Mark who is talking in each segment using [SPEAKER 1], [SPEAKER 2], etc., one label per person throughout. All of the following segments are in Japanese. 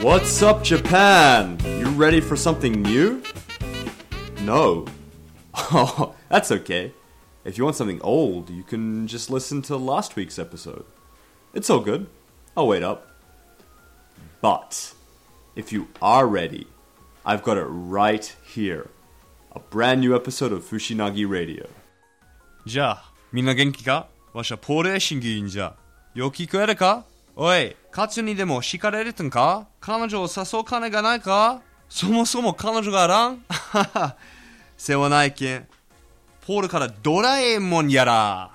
[SPEAKER 1] What's up, Japan? You ready for something new? No. Oh, that's okay. If you want something old, you can just listen to last week's episode. It's all good. I'll wait up. But, if you are ready, I've got it right here a brand new episode of Fushinagi Radio.
[SPEAKER 2] じゃあ、みんな元気かわしはポーレーシングインじゃ。よく聞こえるかおい、カツにでも惹かれるとんか彼女を誘う金がないかそもそも彼女があらん世話ないけん。ポールからドラえもんやら。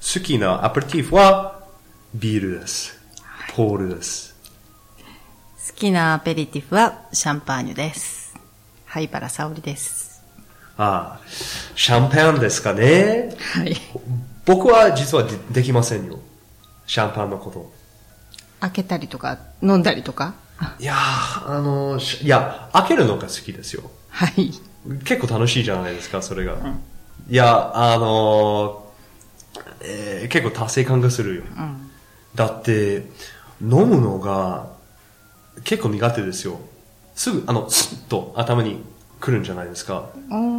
[SPEAKER 3] 好きなアペリティフはビールです。ポールです。
[SPEAKER 4] 好きなアペリティフはシャンパーニュです。灰原沙織です。
[SPEAKER 3] ああ、シャンパンですかね
[SPEAKER 4] はい。
[SPEAKER 3] 僕は実はでできませんよ。シャンパンのこと。
[SPEAKER 4] 開けたりとか、飲んだりとか。
[SPEAKER 3] いやー、あの、しいや、開けるのが好きですよ。
[SPEAKER 4] はい。
[SPEAKER 3] 結構楽しいじゃないですか、それが。いや、あのーえー結構達成感がするよ。だって、飲むのが結構苦手ですよ。すぐ、あの、スッと頭に来るんじゃないですか。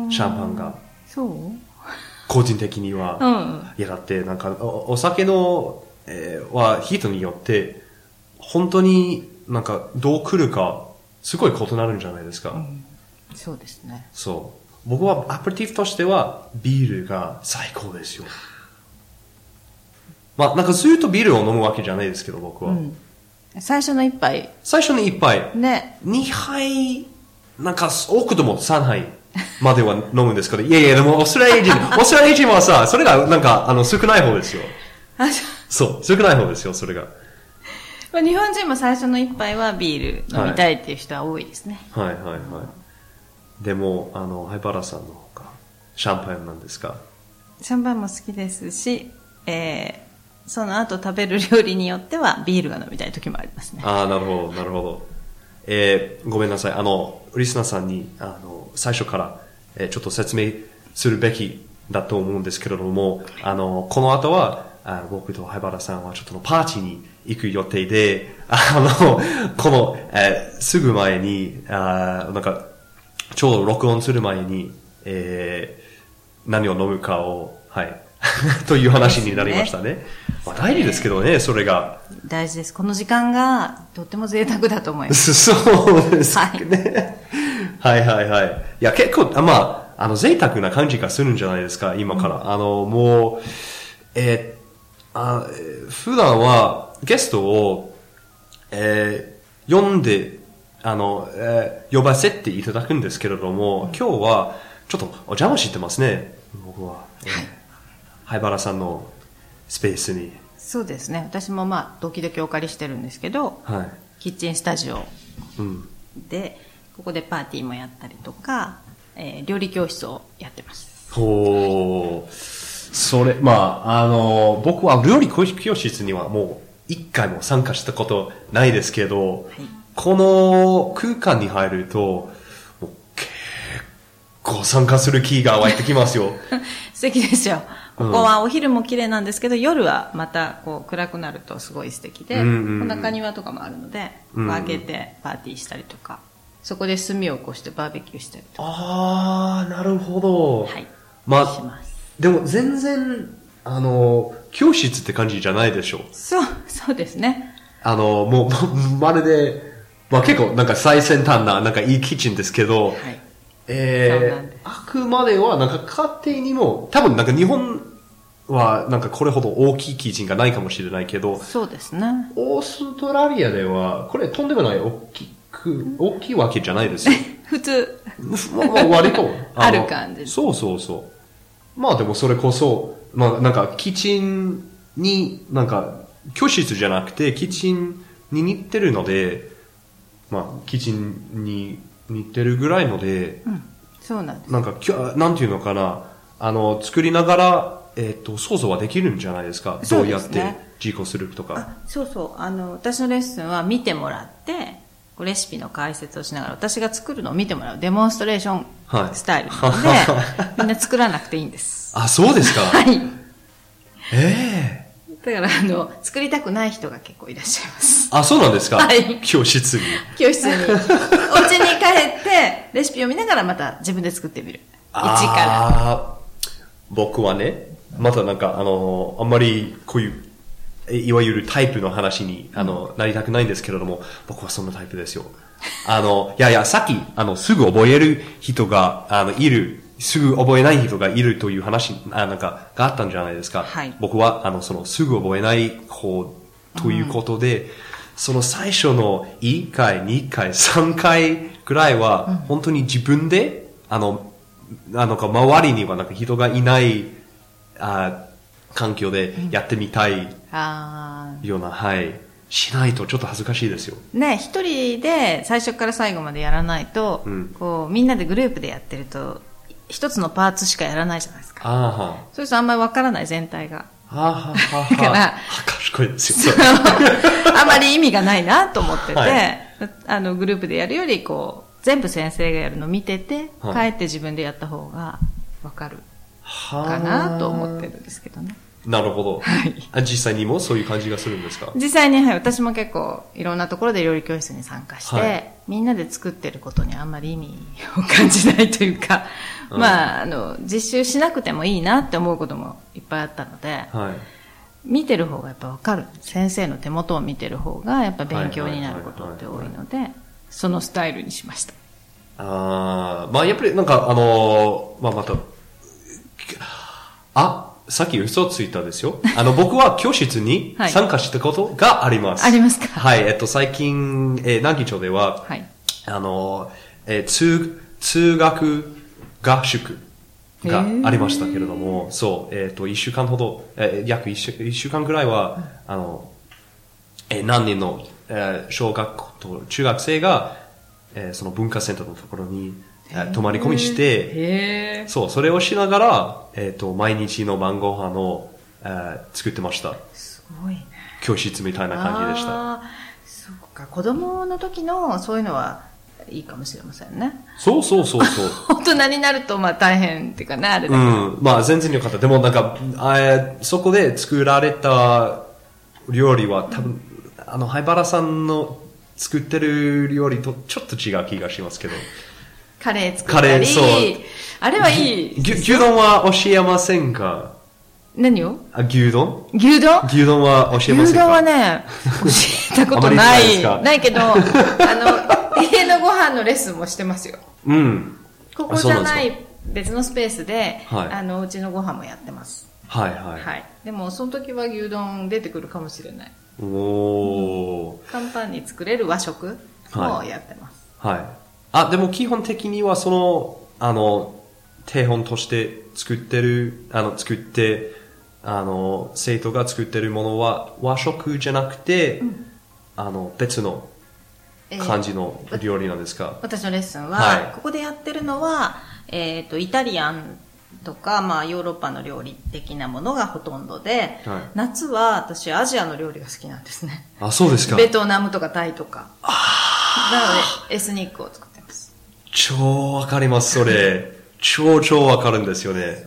[SPEAKER 3] シャンパンが。
[SPEAKER 4] そう
[SPEAKER 3] 個人的には。
[SPEAKER 4] うん。
[SPEAKER 3] いや、だって、なんか、おお酒の、えーは、人によって、本当になんか、どう来るか、すごい異なるんじゃないですか。
[SPEAKER 4] そうですね。
[SPEAKER 3] そう。僕は、アプリティフとしては、ビールが最高ですよ。まあ、なんかずっとビールを飲むわけじゃないですけど、僕は。
[SPEAKER 4] うん。最初の一杯、
[SPEAKER 3] 最初の一杯、
[SPEAKER 4] ね。
[SPEAKER 3] 2杯、なんか、多くとも3杯までは飲むんですけど、いやいや、でも、オーストラリア人、オーストラリア人はさ、それが、なんか、あの、少ない方ですよ。
[SPEAKER 4] あ、じゃ
[SPEAKER 3] そう、少ない方ですよ、それが。
[SPEAKER 4] あまあ日本人も最初の一杯はビール飲みたいっていう人は多いですね。
[SPEAKER 3] はいはいはい。でも、あの、灰原さんの方が、シャンパンなんですか
[SPEAKER 4] シャンパンも好きですし、えー、その後食べる料理によってはビールが飲みたい時もありますね。
[SPEAKER 3] ああ、なるほど、なるほど。えーごめんなさい。あの、リスナーさんに、あの、最初から、えーちょっと説明するべきだと思うんですけれども、あの、この後は、あ僕と灰原さんはちょっとのパーティーに行く予定で、あの、この、えーすぐ前に、あーなんか、ちょうど録音する前に、えー何を飲むかを、はい、 という話になりましたね。まあ、大事ですけどね、それが。
[SPEAKER 4] 大事です。この時間がとっても贅沢だと思います。
[SPEAKER 3] そうですね。はい、はい、はいはい。いや、結構、あまあ、あの、贅沢な感じがするんじゃないですか、今から。あの、もう、えーあえー普段はゲストを、えー呼んで、あの、えー呼ばせていただくんですけれども、今日は、ちょっとお邪魔してますね、僕は。えー灰原さんのスペースに。
[SPEAKER 4] そうですね。私もまあ、時々お借りしてるんですけど、
[SPEAKER 3] はい。
[SPEAKER 4] キッチンスタジオ
[SPEAKER 3] うん。
[SPEAKER 4] で、ここでパーティーもやったりとか、えー料理教室をやってます。
[SPEAKER 3] ほう。それ、まあ、あの、僕は料理教室にはもう一回も参加したことないですけど、
[SPEAKER 4] はい
[SPEAKER 3] この空間に入ると、もう結構参加する気が湧いてきますよ。
[SPEAKER 4] 素敵ですよ。ここはお昼も綺麗なんですけど、夜はまたこう暗くなるとすごい素敵で、
[SPEAKER 3] うんうんうん
[SPEAKER 4] こん、中庭とかもあるので、
[SPEAKER 3] うん
[SPEAKER 4] ここ開けてパーティーしたりとか、そこで炭を起こしてバーベキューしたりとか、
[SPEAKER 3] あー、なるほど。
[SPEAKER 4] はい、
[SPEAKER 3] ま
[SPEAKER 4] し
[SPEAKER 3] あ、
[SPEAKER 4] ます。
[SPEAKER 3] でも全然、あの、教室って感じじゃないでしょ
[SPEAKER 4] そう、そうですね。
[SPEAKER 3] あの、もう、ままるで、まあ結構なんか最先端な、なんかいいキッチンですけど、
[SPEAKER 4] はい。そうなん
[SPEAKER 3] え
[SPEAKER 4] で
[SPEAKER 3] ー
[SPEAKER 4] す
[SPEAKER 3] あくまでは、なんか勝手にも、多分なんか日本はなんかこれほど大きい基準がないかもしれないけど、
[SPEAKER 4] そうですね。
[SPEAKER 3] オーストラリアでは、これとんでもない大きく、大きいわけじゃな いですよ。
[SPEAKER 4] 普通、
[SPEAKER 3] まあまあ割と。
[SPEAKER 4] ある
[SPEAKER 3] の
[SPEAKER 4] 感じ
[SPEAKER 3] そうそうそう。まあでもそれこそ、まあなんかキッチンに、なんか教室じゃなくてキッチンに似てるので、まあキッチンに似てるぐらいので、
[SPEAKER 4] うん、そうなんです。
[SPEAKER 3] なんかきょ、なんていうのかな、あの、作りながら、えっ、と、想像はできるんじゃないですか。
[SPEAKER 4] そう
[SPEAKER 3] どう
[SPEAKER 4] で
[SPEAKER 3] やっ
[SPEAKER 4] すね
[SPEAKER 3] て実行するとか。
[SPEAKER 4] あそうそうあの私のレッスンは見てもらってこうレシピの解説をしながら私が作るのを見てもらうデモンストレーショ
[SPEAKER 3] はい
[SPEAKER 4] ンスタイルな ので、みんな作らなくていいんです
[SPEAKER 3] あ、そうですか。
[SPEAKER 4] はい
[SPEAKER 3] ええ
[SPEAKER 4] だからあの作りたくない人が結構いらっしゃいますます。
[SPEAKER 3] あ、そうなんですか
[SPEAKER 4] はい
[SPEAKER 3] 教室に。
[SPEAKER 4] 教室に。お家に帰って、レシピを見ながらまた自分で作ってみる。一から。
[SPEAKER 3] あー僕はね、またなんか、あの、あんまりこういう、えいわゆるタイプの話にあのなりたくないんですけれども、僕はそんなタイ プですよ。あの、いやいや、さっき、あの、すぐ覚える人が、あの、いる、すぐ覚えない人がいるという話、あなんか、があったんじゃないですか。
[SPEAKER 4] はい
[SPEAKER 3] 僕は、あの、その、すぐ覚えない方ということで、その最初の1回、2回、3回ぐらいは、本当に自分で、あの、なんか周りにはなんか人がいない、あ環境でやってみたい
[SPEAKER 4] あ
[SPEAKER 3] ような、はい。しないとちょっと恥ずかしいですよ。
[SPEAKER 4] ーね、一人で最初から最後までやらないと、
[SPEAKER 3] うん
[SPEAKER 4] こう、みんなでグループでやってると、一つのパーツしかやらないじゃないですか。
[SPEAKER 3] あーは
[SPEAKER 4] そうするとあんまりわからない全体が。
[SPEAKER 3] あはあはあ
[SPEAKER 4] だか
[SPEAKER 3] は
[SPEAKER 4] ら
[SPEAKER 3] あ。賢いですよ。
[SPEAKER 4] あまり意味がないなと思ってて、
[SPEAKER 3] はい
[SPEAKER 4] あのグループでやるよりこう全部先生がやるの見てて、
[SPEAKER 3] は
[SPEAKER 4] 帰って自分でやった方がわかる
[SPEAKER 3] は
[SPEAKER 4] かなと思ってるんですけどね
[SPEAKER 3] る。なるほど。
[SPEAKER 4] はい
[SPEAKER 3] あ実際にもそういう感じがするんですか
[SPEAKER 4] 実際に、はい、私も結構いろんなところで料理教室に参加して、
[SPEAKER 3] はい
[SPEAKER 4] みんなで作ってることにあんまり意味を感じないというか、
[SPEAKER 3] うん
[SPEAKER 4] まああの実習しなくてもいいなって思うこともいっぱいあったので、
[SPEAKER 3] はい。
[SPEAKER 4] 見てる方がやっぱわかる先生の手元を見てる方がやっぱ勉強になることって多いのでそのスタイルにしました
[SPEAKER 3] あーまあやっぱりなんかあのーまあまた、あ、さっき嘘ついたで すよ。あの、僕は教室に
[SPEAKER 4] はい
[SPEAKER 3] 参加したことがあります。
[SPEAKER 4] ありますか
[SPEAKER 3] はい、えっと、最近、えー、南紀町では、
[SPEAKER 4] はい
[SPEAKER 3] あの、えー通、通学合宿がありましたけれども、そう、えっ、と、一週間ほど、えー約一週一週間ぐらいは、あの、えー何人の、えー小学校と中学生が、えーその文化センターのところに、えー泊まり込みして、
[SPEAKER 4] へえ
[SPEAKER 3] そう、それをしながら、えっ、と、毎日の晩ご飯を、えー作ってました。
[SPEAKER 4] すごいね
[SPEAKER 3] 教室みたいな感じでした。
[SPEAKER 4] あーそうか子供の時のそういうのはいいかもしれませんね
[SPEAKER 3] そうそうそうそう。
[SPEAKER 4] 大人になるとまあ大変っていうかねあれだけ
[SPEAKER 3] う
[SPEAKER 4] ど、
[SPEAKER 3] ん。まあ全然良かった。でもなんか、あえそこで作られた料理は多分、あの、灰原さんの作ってる料理とちょっと違う気がしますけど。
[SPEAKER 4] カレー作った
[SPEAKER 3] カレ
[SPEAKER 4] り
[SPEAKER 3] ーそう
[SPEAKER 4] あれはいい
[SPEAKER 3] 牛牛丼は教えませんか
[SPEAKER 4] 何を
[SPEAKER 3] あ、牛丼
[SPEAKER 4] 牛丼
[SPEAKER 3] 牛丼は教えませんか
[SPEAKER 4] 牛丼はね、教えたことな
[SPEAKER 3] あまり
[SPEAKER 4] い。
[SPEAKER 3] じゃないですか
[SPEAKER 4] ないけど、あの、家のご飯のレッスンもしてますよ。
[SPEAKER 3] うん。
[SPEAKER 4] ここじゃな
[SPEAKER 3] あ
[SPEAKER 4] い別のスペースで、
[SPEAKER 3] はい
[SPEAKER 4] あの、うちのご飯もやってます。
[SPEAKER 3] はいはい。
[SPEAKER 4] はい。でも、その時は牛丼出てくるかもしれない。
[SPEAKER 3] おお
[SPEAKER 4] 簡単に作れる和食もやってます。
[SPEAKER 3] ーはい。あ、でも基本的にはその、あの、手本として作ってる、あの、作って、あの、生徒が作ってるものは和食じゃなくて、あの、別の
[SPEAKER 4] えー
[SPEAKER 3] 感じの料理なんですか、
[SPEAKER 4] 私のレッスンは、
[SPEAKER 3] はい
[SPEAKER 4] ここでやってるのは、えっ、と、イタリアンとか、まあ、ヨーロッパの料理的なものがほとんどで、
[SPEAKER 3] はい
[SPEAKER 4] 夏は私、アジアの料理が好きなんですね。
[SPEAKER 3] あ、そうですか
[SPEAKER 4] ベトナムとかタイとか。なので、エスニックを作ってます。
[SPEAKER 3] 超わかります、それ。超超わかるんですよね。
[SPEAKER 4] そうなん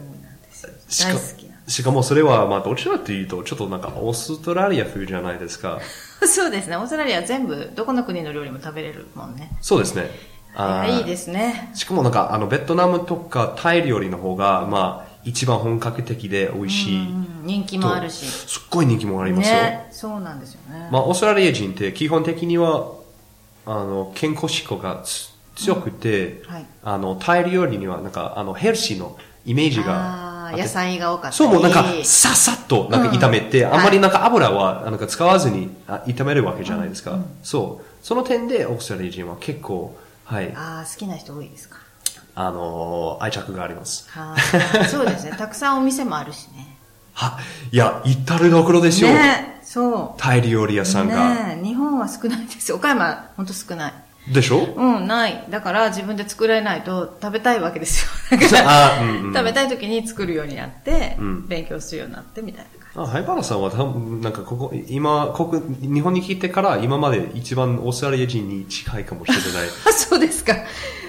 [SPEAKER 4] ですよ
[SPEAKER 3] し
[SPEAKER 4] 大
[SPEAKER 3] か
[SPEAKER 4] 好きな。
[SPEAKER 3] しかもそれは、まあ、どちらっていうと、ちょっとなんか、オーストラリア風じゃないですか。
[SPEAKER 4] そうですね。オーストラリアは全部、どこの国の料理も食べれるもんね。
[SPEAKER 3] そうですね。あ
[SPEAKER 4] あ
[SPEAKER 3] ー
[SPEAKER 4] れがいいですね。
[SPEAKER 3] しかもなんか、あの、ベトナムとかタイ料理の方が、まあ、一番本格的で美味しい。
[SPEAKER 4] うん人気もあるし。
[SPEAKER 3] すっごい人気もありますよ。
[SPEAKER 4] ね。そうなんですよね。
[SPEAKER 3] まあ、オーストラリア人って基本的には、あの、健康志向がつ強くて、
[SPEAKER 4] はい
[SPEAKER 3] あの、タイ料理にはなんか、あの、ヘルシーのイメージがあ
[SPEAKER 4] あ
[SPEAKER 3] っ
[SPEAKER 4] ー
[SPEAKER 3] て。
[SPEAKER 4] 野菜が多かったり。
[SPEAKER 3] そう、もうなんか、さっさっと、なんか炒めて、
[SPEAKER 4] うん
[SPEAKER 3] あんまりなんか油は、なんか使わずにあ炒めるわけじゃないですか。そう。その点で、オーストラリア人は結構、はい、
[SPEAKER 4] ああ、好きな人多いですか。
[SPEAKER 3] あのー愛着があります。
[SPEAKER 4] はー そうですね。たくさんお店もあるしね。
[SPEAKER 3] はいや、至るどころでしょう。
[SPEAKER 4] ね。そう。
[SPEAKER 3] タイ料理屋さんが。
[SPEAKER 4] ねえ日本は少ないですよ岡山本当少ない
[SPEAKER 3] でしょ
[SPEAKER 4] うんないだから自分で作れないと食べたいわけですよだから
[SPEAKER 3] あーうんうん
[SPEAKER 4] 食べたい時に作るようになって、
[SPEAKER 3] うん
[SPEAKER 4] 勉強するようになってみたいな感
[SPEAKER 3] あ、灰原さんは多分、なんかここ、今、ここ、日本に来てから今まで一番オーストラリア人に近いかもしれない。
[SPEAKER 4] じあそうですか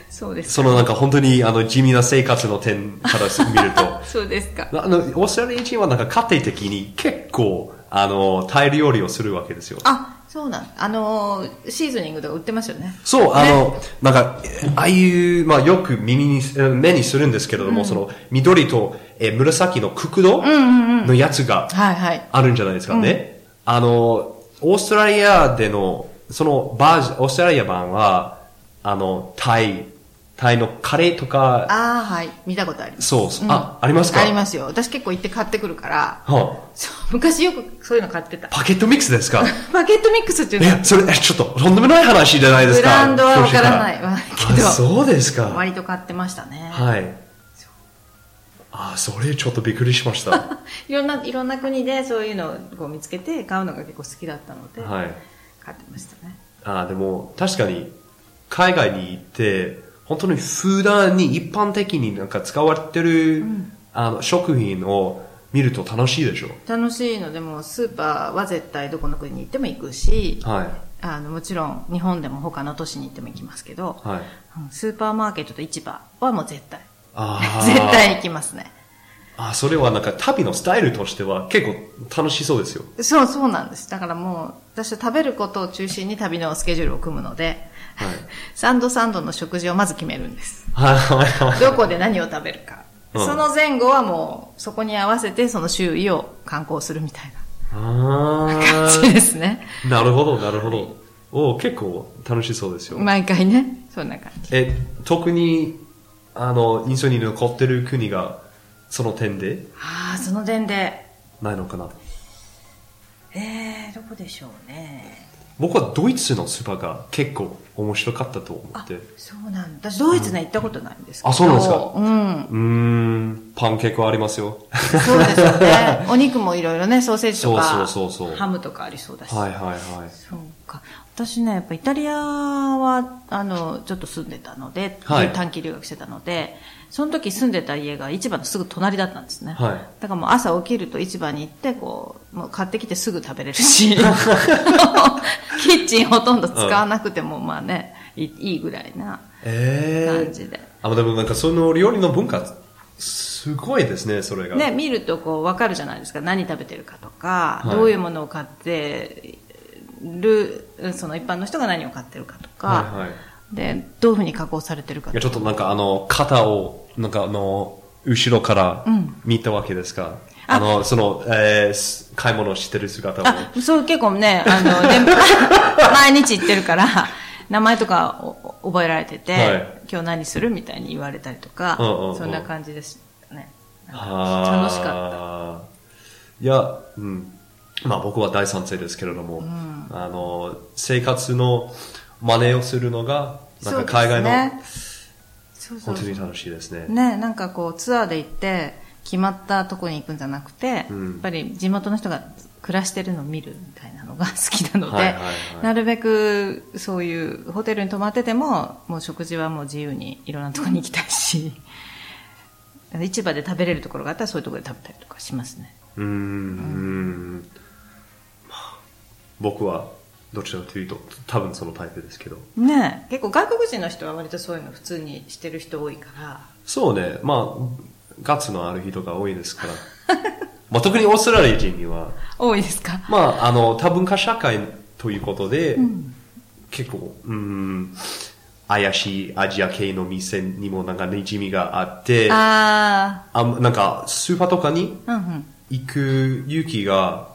[SPEAKER 4] そうです
[SPEAKER 3] そのなんか本当にあの地味な生活の点から見ると。
[SPEAKER 4] そうですか
[SPEAKER 3] あの、オーストラリア人はなんか家庭的に結構、あの、タイ料理をするわけですよ。
[SPEAKER 4] あそうなんあのーシーズニングとか売ってますよね
[SPEAKER 3] そう、あの、なんか、えああいう、まあよく耳に、え目にするんですけれども、その、緑とえ紫のククドのやつが
[SPEAKER 4] はいはい
[SPEAKER 3] あるんじゃないですかね。あの、オーストラリアでの、そのバージョン、オーストラリア版は、あの、タイ、タイのカレーとか、
[SPEAKER 4] ああはい見たことあります
[SPEAKER 3] そうそうあありますか
[SPEAKER 4] ありますよ私結構行って買ってくるから
[SPEAKER 3] はあ
[SPEAKER 4] そう昔よくそういうの買 ってた
[SPEAKER 3] パケットミックスで すか
[SPEAKER 4] パケットミックスっていう
[SPEAKER 3] い
[SPEAKER 4] のは
[SPEAKER 3] や、それ、えちょっと、とんでもない話じゃないです
[SPEAKER 4] ブ
[SPEAKER 3] か。
[SPEAKER 4] ランドはわからない
[SPEAKER 3] あ
[SPEAKER 4] わけど
[SPEAKER 3] そうですか。
[SPEAKER 4] 割と買ってましたね
[SPEAKER 3] はい。あ、それちょっとびっくりしまし た。はい
[SPEAKER 4] ろん ないろんな国でそういうのをこう見つけて買うのが結構好きだったので、
[SPEAKER 3] い。
[SPEAKER 4] 買ってましたね
[SPEAKER 3] あ、でも、確かに、海外に行って、本当に普段に一般的になんか使われてる、あの、食品を見ると楽しいでしょ。
[SPEAKER 4] 楽しいのでもうスーパーは絶対どこの国に行っても行くし、
[SPEAKER 3] はい。
[SPEAKER 4] あのもちろん日本でも他の都市に行っても行きますけど、
[SPEAKER 3] はい。
[SPEAKER 4] うんスーパーマーケットと市場はもう絶対
[SPEAKER 3] あー
[SPEAKER 4] 絶対行きますね
[SPEAKER 3] あ、それはなんか旅のスタイルとしては結構楽しそうで すよ。
[SPEAKER 4] そうそうなんですだからもう私は食べることを中心に旅のスケジュールを組むので、
[SPEAKER 3] はい
[SPEAKER 4] サンドサンドの食事をまず決めるん です
[SPEAKER 3] はいはいはい。
[SPEAKER 4] どこで何を食べるか、
[SPEAKER 3] うん
[SPEAKER 4] その前後はもうそこに合わせてその周囲を観光するみたい
[SPEAKER 3] あ
[SPEAKER 4] な
[SPEAKER 3] ー
[SPEAKER 4] 感じですね
[SPEAKER 3] なるほど、なるほど。お結構楽しそうですよ。
[SPEAKER 4] 毎回ねそんな感じ
[SPEAKER 3] え、特に、あの、印象に残ってる国が、その点で、
[SPEAKER 4] ああその点で
[SPEAKER 3] ないのかな。
[SPEAKER 4] えー、どこでしょうね
[SPEAKER 3] 僕はドイツのスーパーが結構面白かったと思
[SPEAKER 4] あ
[SPEAKER 3] って。う
[SPEAKER 4] そうなんだ私ドイツね行ったことないんですけど
[SPEAKER 3] あそうなんですか
[SPEAKER 4] うん
[SPEAKER 3] ーん、パン結構ありますよ。
[SPEAKER 4] そうですよね。 お肉もいろいろね、ソーセージとか、
[SPEAKER 3] そうそうそうそう
[SPEAKER 4] ハムとかありそうだし。
[SPEAKER 3] はいはいはい。
[SPEAKER 4] そうか。私ね、やっぱイタリアは、あの、ちょっと住んでたので、
[SPEAKER 3] はい
[SPEAKER 4] 短期留学してたので、その時住んでた家が市場のすぐ隣だったんですね。
[SPEAKER 3] はい
[SPEAKER 4] だからもう朝起きると市場に行って、こう、もう買ってきてすぐ食べれるし、 キッチンほとんど使わなくても、まあね、いいいぐらいな
[SPEAKER 3] え
[SPEAKER 4] 感じで。
[SPEAKER 3] ー、あ、でもなんかその料理の文化、すごいですね、それが。
[SPEAKER 4] ね、見るとこう分かるじゃないですか何食べてるかとか、
[SPEAKER 3] はい
[SPEAKER 4] どういうものを買ってるその一般の人が何を買ってるかとか、
[SPEAKER 3] はいはい。
[SPEAKER 4] でどういうふうに加工されてるか
[SPEAKER 3] い
[SPEAKER 4] と
[SPEAKER 3] や
[SPEAKER 4] か
[SPEAKER 3] ちょっとなんかあの、肩を、なんかあの、後ろから見たわけですか、
[SPEAKER 4] あ
[SPEAKER 3] あの、その、えーす買い物をしてる姿を。
[SPEAKER 4] あそう結構ねあので 毎日行ってるから名前とかお覚えられてて、
[SPEAKER 3] はい
[SPEAKER 4] 今日何するみたいに言われたりとか、
[SPEAKER 3] うんうんうん
[SPEAKER 4] そんな感じですねなんか楽
[SPEAKER 3] 楽
[SPEAKER 4] しかっ
[SPEAKER 3] った。いや、うん。まあ僕は大賛成ですけれども、あの、生活の真似をするのが、
[SPEAKER 4] た
[SPEAKER 3] なんか海外
[SPEAKER 4] そう
[SPEAKER 3] の、
[SPEAKER 4] ですねそうそう
[SPEAKER 3] 本当
[SPEAKER 4] そう
[SPEAKER 3] に楽しいですね。
[SPEAKER 4] ね、なんかこうツアーで行って決まったとこに行くんじゃなくて、
[SPEAKER 3] うん
[SPEAKER 4] やっぱり地元の人が暮らしてるのを見るみたいなのが好きなので、
[SPEAKER 3] はいはいはい
[SPEAKER 4] なるべくそういうホテルに泊まっててももう食事はもう自由にいろんなとこに行きたいし 市場で食べれるところがあったらそういうところで食べたりとかしますね
[SPEAKER 3] うーん。うんまあ僕は、どちらかというと、多分そのタイプですけど。
[SPEAKER 4] ねえ結構外国人の人は割とそういうの普通にしてる人多いから
[SPEAKER 3] そうね、まあ、ガッツのある人が多いです から。まあ、特にオーストラリア人には、
[SPEAKER 4] 多いですか
[SPEAKER 3] まあ、あの、多文化社会ということで、結構、うん、怪しいアジア系の店にもなんか馴染みがあって、あ
[SPEAKER 4] ああ
[SPEAKER 3] なんか、スーパーとかに
[SPEAKER 4] うんうん
[SPEAKER 3] 行く勇気が、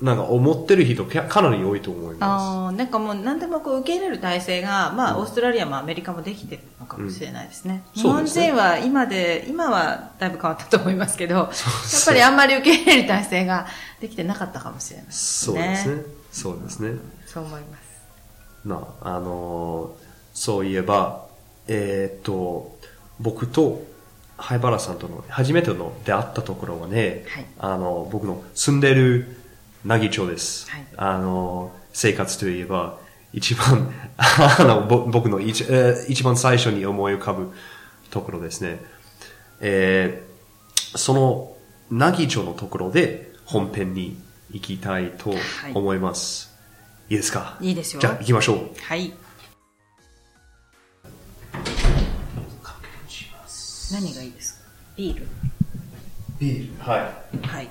[SPEAKER 3] なんか思ってる人かかなり多いと思います。
[SPEAKER 4] あーなんかもう何でもこう受け入れる体制が、まあ、オーストラリアもアメリカもできてるのかもしれないですね、
[SPEAKER 3] う
[SPEAKER 4] 日
[SPEAKER 3] んそう
[SPEAKER 4] 本
[SPEAKER 3] ですね
[SPEAKER 4] 人は今で今はだいぶ変わったと思いますけどやっ
[SPEAKER 3] そ
[SPEAKER 4] ぱ
[SPEAKER 3] う
[SPEAKER 4] りあんまり受け入れる体制ができてなかったかもしれない
[SPEAKER 3] そうですね。そうですね。
[SPEAKER 4] そう思います
[SPEAKER 3] なあのーそういえば、えーっと、僕と灰原さんとの初めての出会ったところはね、
[SPEAKER 4] はい
[SPEAKER 3] あの僕の住んでる奈義町です。
[SPEAKER 4] はい
[SPEAKER 3] あの生活といえば、一番、 あのぼ僕の一,、えー一番最初に思い浮かぶところですね。えーその奈義町のところで本編に行きたいと思います。い、いですか
[SPEAKER 4] いいですよ
[SPEAKER 3] じゃあ行きましょう。
[SPEAKER 4] はい何がいいですかビール
[SPEAKER 3] ビール。は
[SPEAKER 4] はい
[SPEAKER 3] い。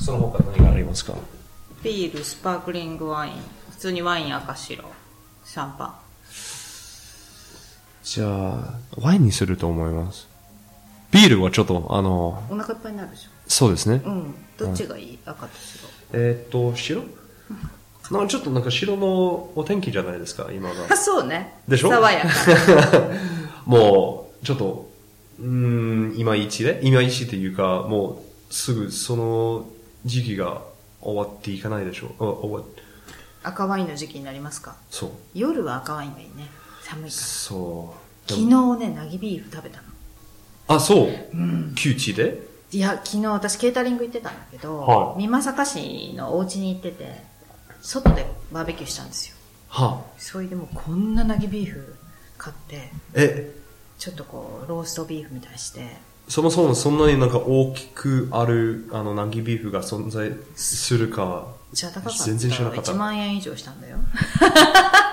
[SPEAKER 3] その他何がありますか
[SPEAKER 4] ビールスパークリングワイン普通にワイン赤白シャンパ
[SPEAKER 3] じゃあ、ワインにすると思います。ビールはちょっと、あの、
[SPEAKER 4] ンお腹いっぱいになるでし
[SPEAKER 3] そうですね
[SPEAKER 4] ょう。んどっちがいい赤と白
[SPEAKER 3] えーっと、白なんかちょっとなんか白のお天気じゃないですか、今が。
[SPEAKER 4] あそうね
[SPEAKER 3] でしょ
[SPEAKER 4] 爽 やか
[SPEAKER 3] もう、ちょっと、うーん、今一で今一っていうか、もう、すぐその時期が終わっていかないでしょう。あ終わ
[SPEAKER 4] 赤ワインの時期になりますか
[SPEAKER 3] そう。
[SPEAKER 4] 夜は赤ワインがいいね寒いから
[SPEAKER 3] そう。
[SPEAKER 4] 昨日ねなぎビーフ食べたの
[SPEAKER 3] あ、そう。窮地で
[SPEAKER 4] いや昨日私ケータリング行ってたんだけど、
[SPEAKER 3] はい
[SPEAKER 4] 美作市のお家に行ってて外でバーベキューしたんですよ
[SPEAKER 3] はあ、
[SPEAKER 4] それでもうこんななぎビーフ買って
[SPEAKER 3] え、
[SPEAKER 4] ちょっとこうローストビーフみたいにして
[SPEAKER 3] そもそもそんなになんか大きくある、あの、ナギビーフが存在するかは。
[SPEAKER 4] じゃあ高かった
[SPEAKER 3] 全然知らなかった
[SPEAKER 4] 1万円以上したんだよ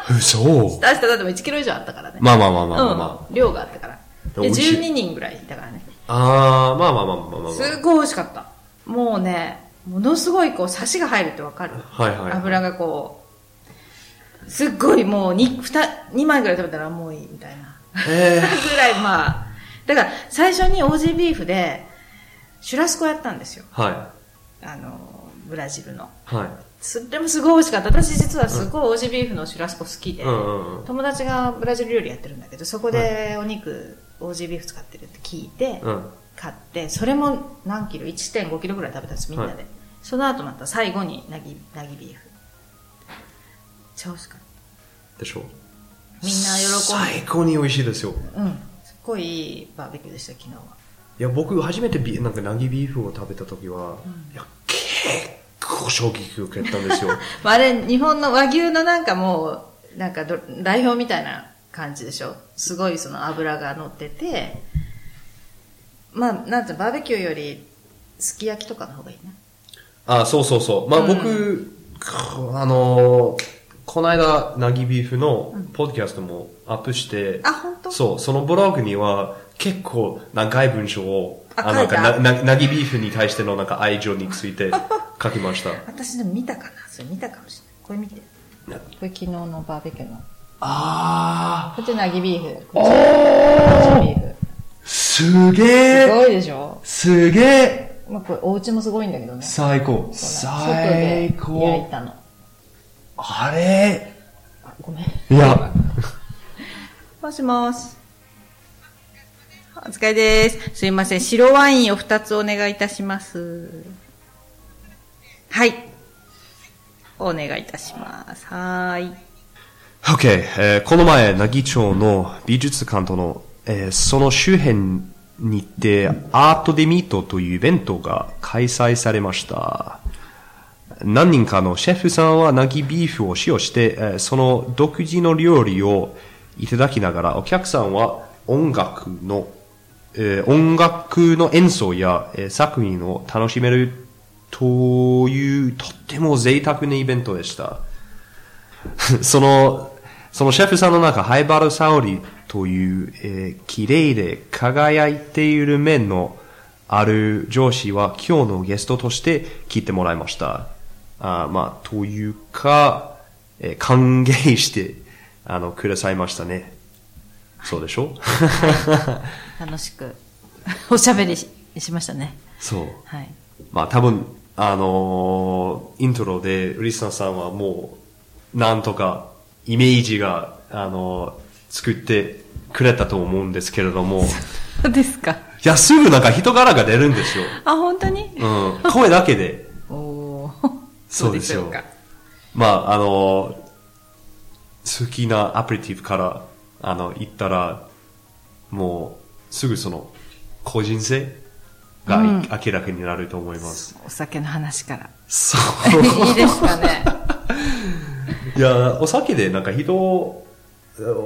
[SPEAKER 3] 嘘
[SPEAKER 4] 出しただっても1キロ以上あったからね
[SPEAKER 3] まあまあまあまあまあ、まあ
[SPEAKER 4] うん、量があったからで
[SPEAKER 3] 美味しい
[SPEAKER 4] 12人ぐらいいたからね
[SPEAKER 3] あー、まあまあまあまあまあまあ。
[SPEAKER 4] すごい美味しかったもうねものすごいこうサシが入るってわかる
[SPEAKER 3] はいはい。
[SPEAKER 4] 油がこうすっごいもう 2, 2枚ぐらい食べたらもういいみたいな
[SPEAKER 3] えー
[SPEAKER 4] ぐらいまあだから最初にオージービーフでシュラスコやったんですよ
[SPEAKER 3] は
[SPEAKER 4] あのブラジルの
[SPEAKER 3] い。はい。
[SPEAKER 4] それもすごい美味しかった私実はすごいオージービーフのシュラスコ好きで、
[SPEAKER 3] うんうんうん。
[SPEAKER 4] 友達がブラジル料理やってるんだけどそこでお肉、オージービーフ使ってるって聞いて、
[SPEAKER 3] うん。
[SPEAKER 4] 買ってそれも何キロ1 5キロぐらい食べたんですみんなで、
[SPEAKER 3] はい
[SPEAKER 4] その後また最後になぎなぎビーフめっちゃ美味しかっ
[SPEAKER 3] でしょう。
[SPEAKER 4] たみんな喜
[SPEAKER 3] 最高に美味しいですよ。
[SPEAKER 4] んでうんすっごいいいバーベキューでした昨日はい
[SPEAKER 3] や、僕初めてビなんかナギビーフを食べた時は、いや、結構衝撃を受けたん ですよ。
[SPEAKER 4] まああれ日本の和牛のなんかもうなんかど代表みたいな感じでしょすごいその脂が乗っててまあなんていうのバーベキューよりすき焼きとかの方がいいな
[SPEAKER 3] あ、そうそうそう。まあ僕、こあのーこの間、ナギビーフのポッドキャストもアップして、
[SPEAKER 4] あ本当
[SPEAKER 3] そう、そのブログには結構長い文章を、
[SPEAKER 4] あ
[SPEAKER 3] の
[SPEAKER 4] 書いた
[SPEAKER 3] なんかななナギビーフに対してのなんか愛情につ いて書きました。
[SPEAKER 4] 私でも見たかなそれ見たかもしれないこれ見て
[SPEAKER 3] な
[SPEAKER 4] これ昨日のバーベキューの
[SPEAKER 3] あ
[SPEAKER 4] こっちなぎビーフこっちなぎビーフ
[SPEAKER 3] ー、すげ
[SPEAKER 4] す
[SPEAKER 3] え
[SPEAKER 4] ごいでしょ、
[SPEAKER 3] すげえ
[SPEAKER 4] まあ、これお家もすごいんだけどね
[SPEAKER 3] 最高
[SPEAKER 4] こんな外で
[SPEAKER 3] 最
[SPEAKER 4] 焼い
[SPEAKER 3] 高
[SPEAKER 4] たの
[SPEAKER 3] あれ
[SPEAKER 4] あごめん
[SPEAKER 3] いや、
[SPEAKER 4] もしもしお疲れですすいません白ワインを2つお願いいたしますはいお願いいたしますはーい
[SPEAKER 3] OK、えーこの前、奈義町の美術館との、えーその周辺にて、アートデミートというイベントが開催されました。何人かのシェフさんはナギビーフを使用して、えーその独自の料理をいただきながら、お客さんは音楽の、えー音楽の演奏や、えー作品を楽しめるというとっても贅沢なイベントでした。その、そのシェフさんの中、ハイバルサオリという、えー綺麗で輝いている面のある上司は今日のゲストとして聞いてもらいました。あーまあ、というか、えー歓迎して、あの、くださいましたね。そうでしょ
[SPEAKER 4] 楽しくおしゃべりししましたね
[SPEAKER 3] そう。
[SPEAKER 4] はい
[SPEAKER 3] まあ多分、あのーイントロでリスナーさんはもう、なんとかイメージが、あのー作ってくれたと思うんですけれど も、い
[SPEAKER 4] そうですか
[SPEAKER 3] や、すぐなんか人柄が出るんですよ。
[SPEAKER 4] あ本当に
[SPEAKER 3] うん、声だけで。
[SPEAKER 4] おお
[SPEAKER 3] そうですよ
[SPEAKER 4] どか
[SPEAKER 3] まあ、あのー好きなアプリティブから、あの、行ったら、もう、すぐその、個人性がい明らかになると思います。
[SPEAKER 4] お酒の話 から
[SPEAKER 3] そう。
[SPEAKER 4] いいですか ね
[SPEAKER 3] いや、お酒でなんか人を、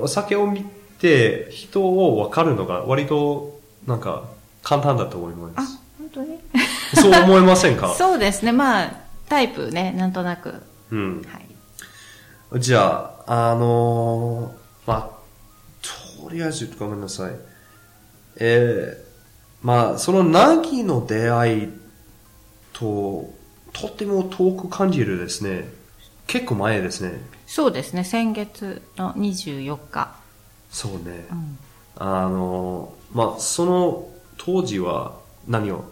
[SPEAKER 3] お酒を見て人を分かるのが割となんか簡単だと思いま
[SPEAKER 4] あ
[SPEAKER 3] す。
[SPEAKER 4] 本当に
[SPEAKER 3] そう思いませんか
[SPEAKER 4] そうですねまあタイプねなんとなく
[SPEAKER 3] うん。
[SPEAKER 4] はい
[SPEAKER 3] じゃあ、あのーまあ、とりあえずごめんなさい。えーまあ、そのナギの出会いととても遠く感じるですね。結構前ですね。
[SPEAKER 4] そうですね、先月の24日。
[SPEAKER 3] そうね。
[SPEAKER 4] うん
[SPEAKER 3] あの、まあ、その当時は何を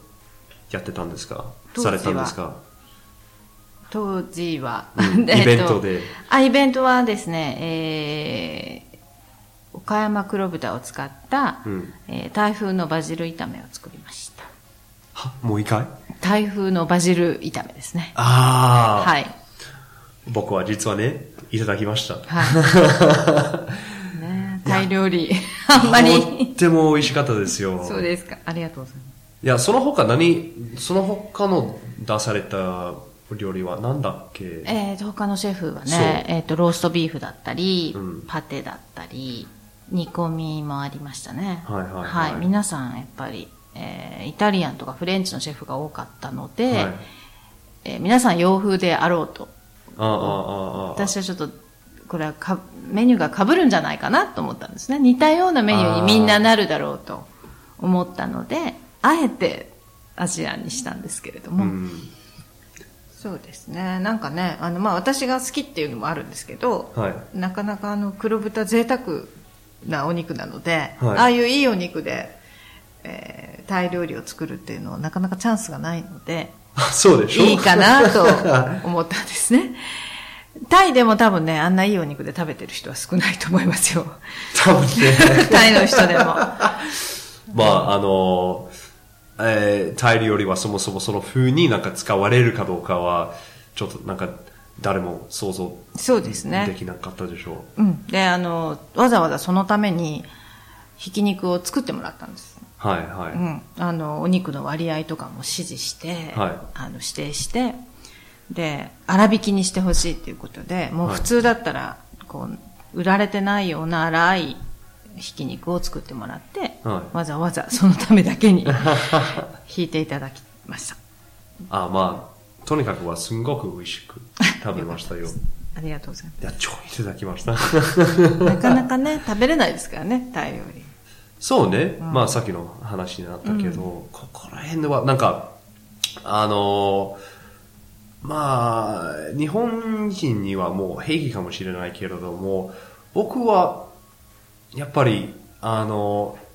[SPEAKER 3] やってたんですか
[SPEAKER 4] 当時
[SPEAKER 3] さ
[SPEAKER 4] は
[SPEAKER 3] れたんです か、
[SPEAKER 4] 当時は、
[SPEAKER 3] うんイ
[SPEAKER 4] えっと
[SPEAKER 3] ベントで。
[SPEAKER 4] あ、イベントはですね、えー、岡山黒豚を使った、
[SPEAKER 3] うん。
[SPEAKER 4] えー台風のバジル炒めを作りました。
[SPEAKER 3] はもう一回
[SPEAKER 4] 台風のバジル炒めですね。
[SPEAKER 3] ああ、
[SPEAKER 4] はい。
[SPEAKER 3] 僕は実はね、いただきました。
[SPEAKER 4] はい。ね、タイ料理、あんま
[SPEAKER 3] とっ
[SPEAKER 4] り。
[SPEAKER 3] ても美味しかったですよ。
[SPEAKER 4] そうですか。ありがとうございます。
[SPEAKER 3] いや、その他何、その他の出された料理は何だっけ
[SPEAKER 4] えーと、他のシェフは
[SPEAKER 3] そう
[SPEAKER 4] ね、えーと、ローストビーフだったり、
[SPEAKER 3] うん
[SPEAKER 4] パテだったり、煮込みもありましたね。
[SPEAKER 3] はいはいはい
[SPEAKER 4] 皆さん、やっぱり、えーイタリアンとかフレンチのシェフが多かったので、
[SPEAKER 3] はい
[SPEAKER 4] えー皆さん洋風であろうと。
[SPEAKER 3] ああ、ああ、ああ。
[SPEAKER 4] 私はちょっと、これはか、メニューが被るんじゃないかなと思ったんですね。似たようなメニューにみんななるだろうと思ったので、あえてアジアンにしたんですけれども。
[SPEAKER 3] うん。
[SPEAKER 4] そうですねなんかねあの、まあ、私が好きっていうのもあるんですけど、
[SPEAKER 3] はい。
[SPEAKER 4] なかなかあの黒豚贅沢なお肉なので、
[SPEAKER 3] はい
[SPEAKER 4] ああいういいお肉で、えータイ料理を作るっていうのはなかなかチャンスがないので
[SPEAKER 3] あそうでしょ
[SPEAKER 4] いいかなと思ったんですねタイでも多分ねあんないいお肉で食べてる人は少ないと思いますよ
[SPEAKER 3] 多分ね。
[SPEAKER 4] タイの人でも
[SPEAKER 3] まあ、あの、えー、タイルよりはそもそもその風になんか使われるかどうかは、ちょっとなんか誰も想像
[SPEAKER 4] そうですね
[SPEAKER 3] できなかったでしょう。
[SPEAKER 4] うんであのわざわざそのためにひき肉を作ってもらったんです
[SPEAKER 3] はいはい。
[SPEAKER 4] うん、あのお肉の割合とかも指示して、
[SPEAKER 3] は
[SPEAKER 4] あの指定してで粗挽きにしてほしいっていうことでもう
[SPEAKER 3] はい
[SPEAKER 4] 普通だったら、こう売られてないような粗いひき肉を作ってもらって、
[SPEAKER 3] はい
[SPEAKER 4] わざわざそのためだけに引いていただきました
[SPEAKER 3] あまあ、とにかくはすんごく美味しく食べましたよ。
[SPEAKER 4] ありがとうございま
[SPEAKER 3] いや、ちょいいただきました。
[SPEAKER 4] すなかなかね食べれないですからねタイ料理
[SPEAKER 3] そうね、まあさっきの話になったけど、ここら辺では、なんか、あのーまあ、日本人にはもう平気かもしれないけれども、僕は、やっぱり、あのー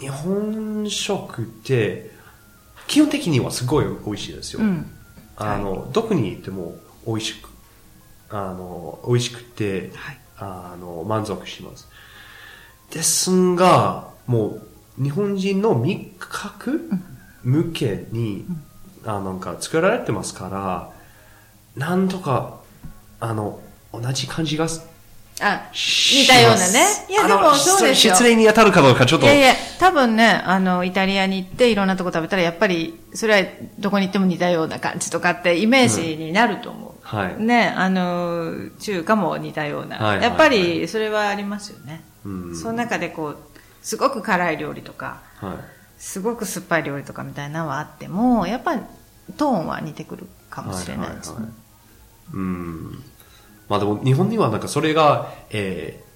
[SPEAKER 3] 日本食って、基本的にはすごい美味しいですよ。
[SPEAKER 4] うん
[SPEAKER 3] あの、どこに行っても美味しく、あの、美味しくて、
[SPEAKER 4] はい
[SPEAKER 3] あの、満足します。ですが、もう、日本人の味覚向けに、あなんか作られてますから、なんとか、あの、同じ感じがす
[SPEAKER 4] あ
[SPEAKER 3] し
[SPEAKER 4] 似たような
[SPEAKER 3] ま
[SPEAKER 4] ね
[SPEAKER 3] す
[SPEAKER 4] いや
[SPEAKER 3] あの
[SPEAKER 4] でもそうですよ
[SPEAKER 3] 失礼に当たるかどうかちょっ
[SPEAKER 4] い
[SPEAKER 3] と。
[SPEAKER 4] やいや多分ねあのイタリアに行っていろんなとこ食べたらやっぱりそれはどこに行っても似たような感じとかってイメージになると思う、
[SPEAKER 3] はい。
[SPEAKER 4] ね、あの中華も似たような、
[SPEAKER 3] はいはいはい
[SPEAKER 4] やっぱりそれはありますよね、
[SPEAKER 3] うん
[SPEAKER 4] その中でこうすごく辛い料理とか
[SPEAKER 3] はい。
[SPEAKER 4] すごく酸っぱい料理とかみたいなのはあってもやっぱりトーンは似てくるかもしれないですね、
[SPEAKER 3] はいはいはいうん。まあでも日本にはなんかそれが、えー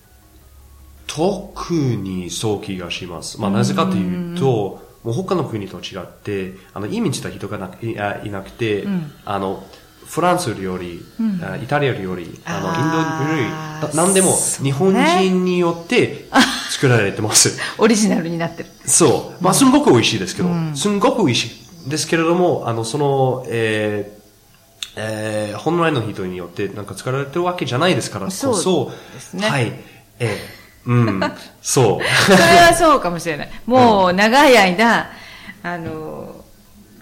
[SPEAKER 3] 特にそう気がします。まあなぜかというと、もう他の国と違って、あの移民した人がなくいあいなくて、
[SPEAKER 4] ん
[SPEAKER 3] あの、フランス料理、
[SPEAKER 4] うん
[SPEAKER 3] あイタリア料理、あの、インド料理
[SPEAKER 4] あー
[SPEAKER 3] な、なんでも
[SPEAKER 4] そうね
[SPEAKER 3] 日本人によって作られて ます。
[SPEAKER 4] オリジナルになってる
[SPEAKER 3] そう。まあ、すんごく美味しいですけど、
[SPEAKER 4] うん
[SPEAKER 3] すんごく美味しいですけれども、あの、その、えーえー本来の人によってなんか使われてるわけじゃないですからこそ、
[SPEAKER 4] そうですね
[SPEAKER 3] はい。えー うん、そう。
[SPEAKER 4] それはそうかもしれないもう長い間あの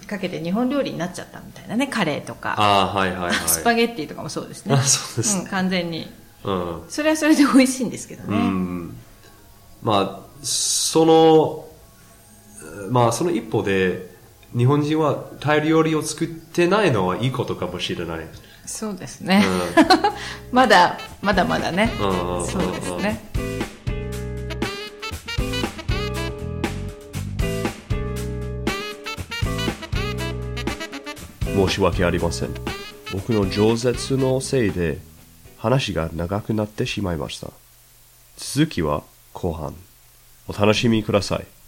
[SPEAKER 4] かけて日本料理になっちゃったみたいなねカレーとか
[SPEAKER 3] ああ、はいはいはい。
[SPEAKER 4] スパゲッティとかもそうですね
[SPEAKER 3] あそうですね
[SPEAKER 4] ん、完全に
[SPEAKER 3] うん。
[SPEAKER 4] それはそれで美味しいんですけど
[SPEAKER 3] う
[SPEAKER 4] ね、
[SPEAKER 3] ん。まあ、その、まあ、その一歩で、日本人はタイ料理を作ってないのはいいことかもしれない。
[SPEAKER 4] そうですね、 まだまだまだね、
[SPEAKER 3] うんうんうんうん
[SPEAKER 4] そうですね、
[SPEAKER 3] 申し訳ありません僕の饒舌のせいで話が長くなってしまいました続きは後半お楽しみください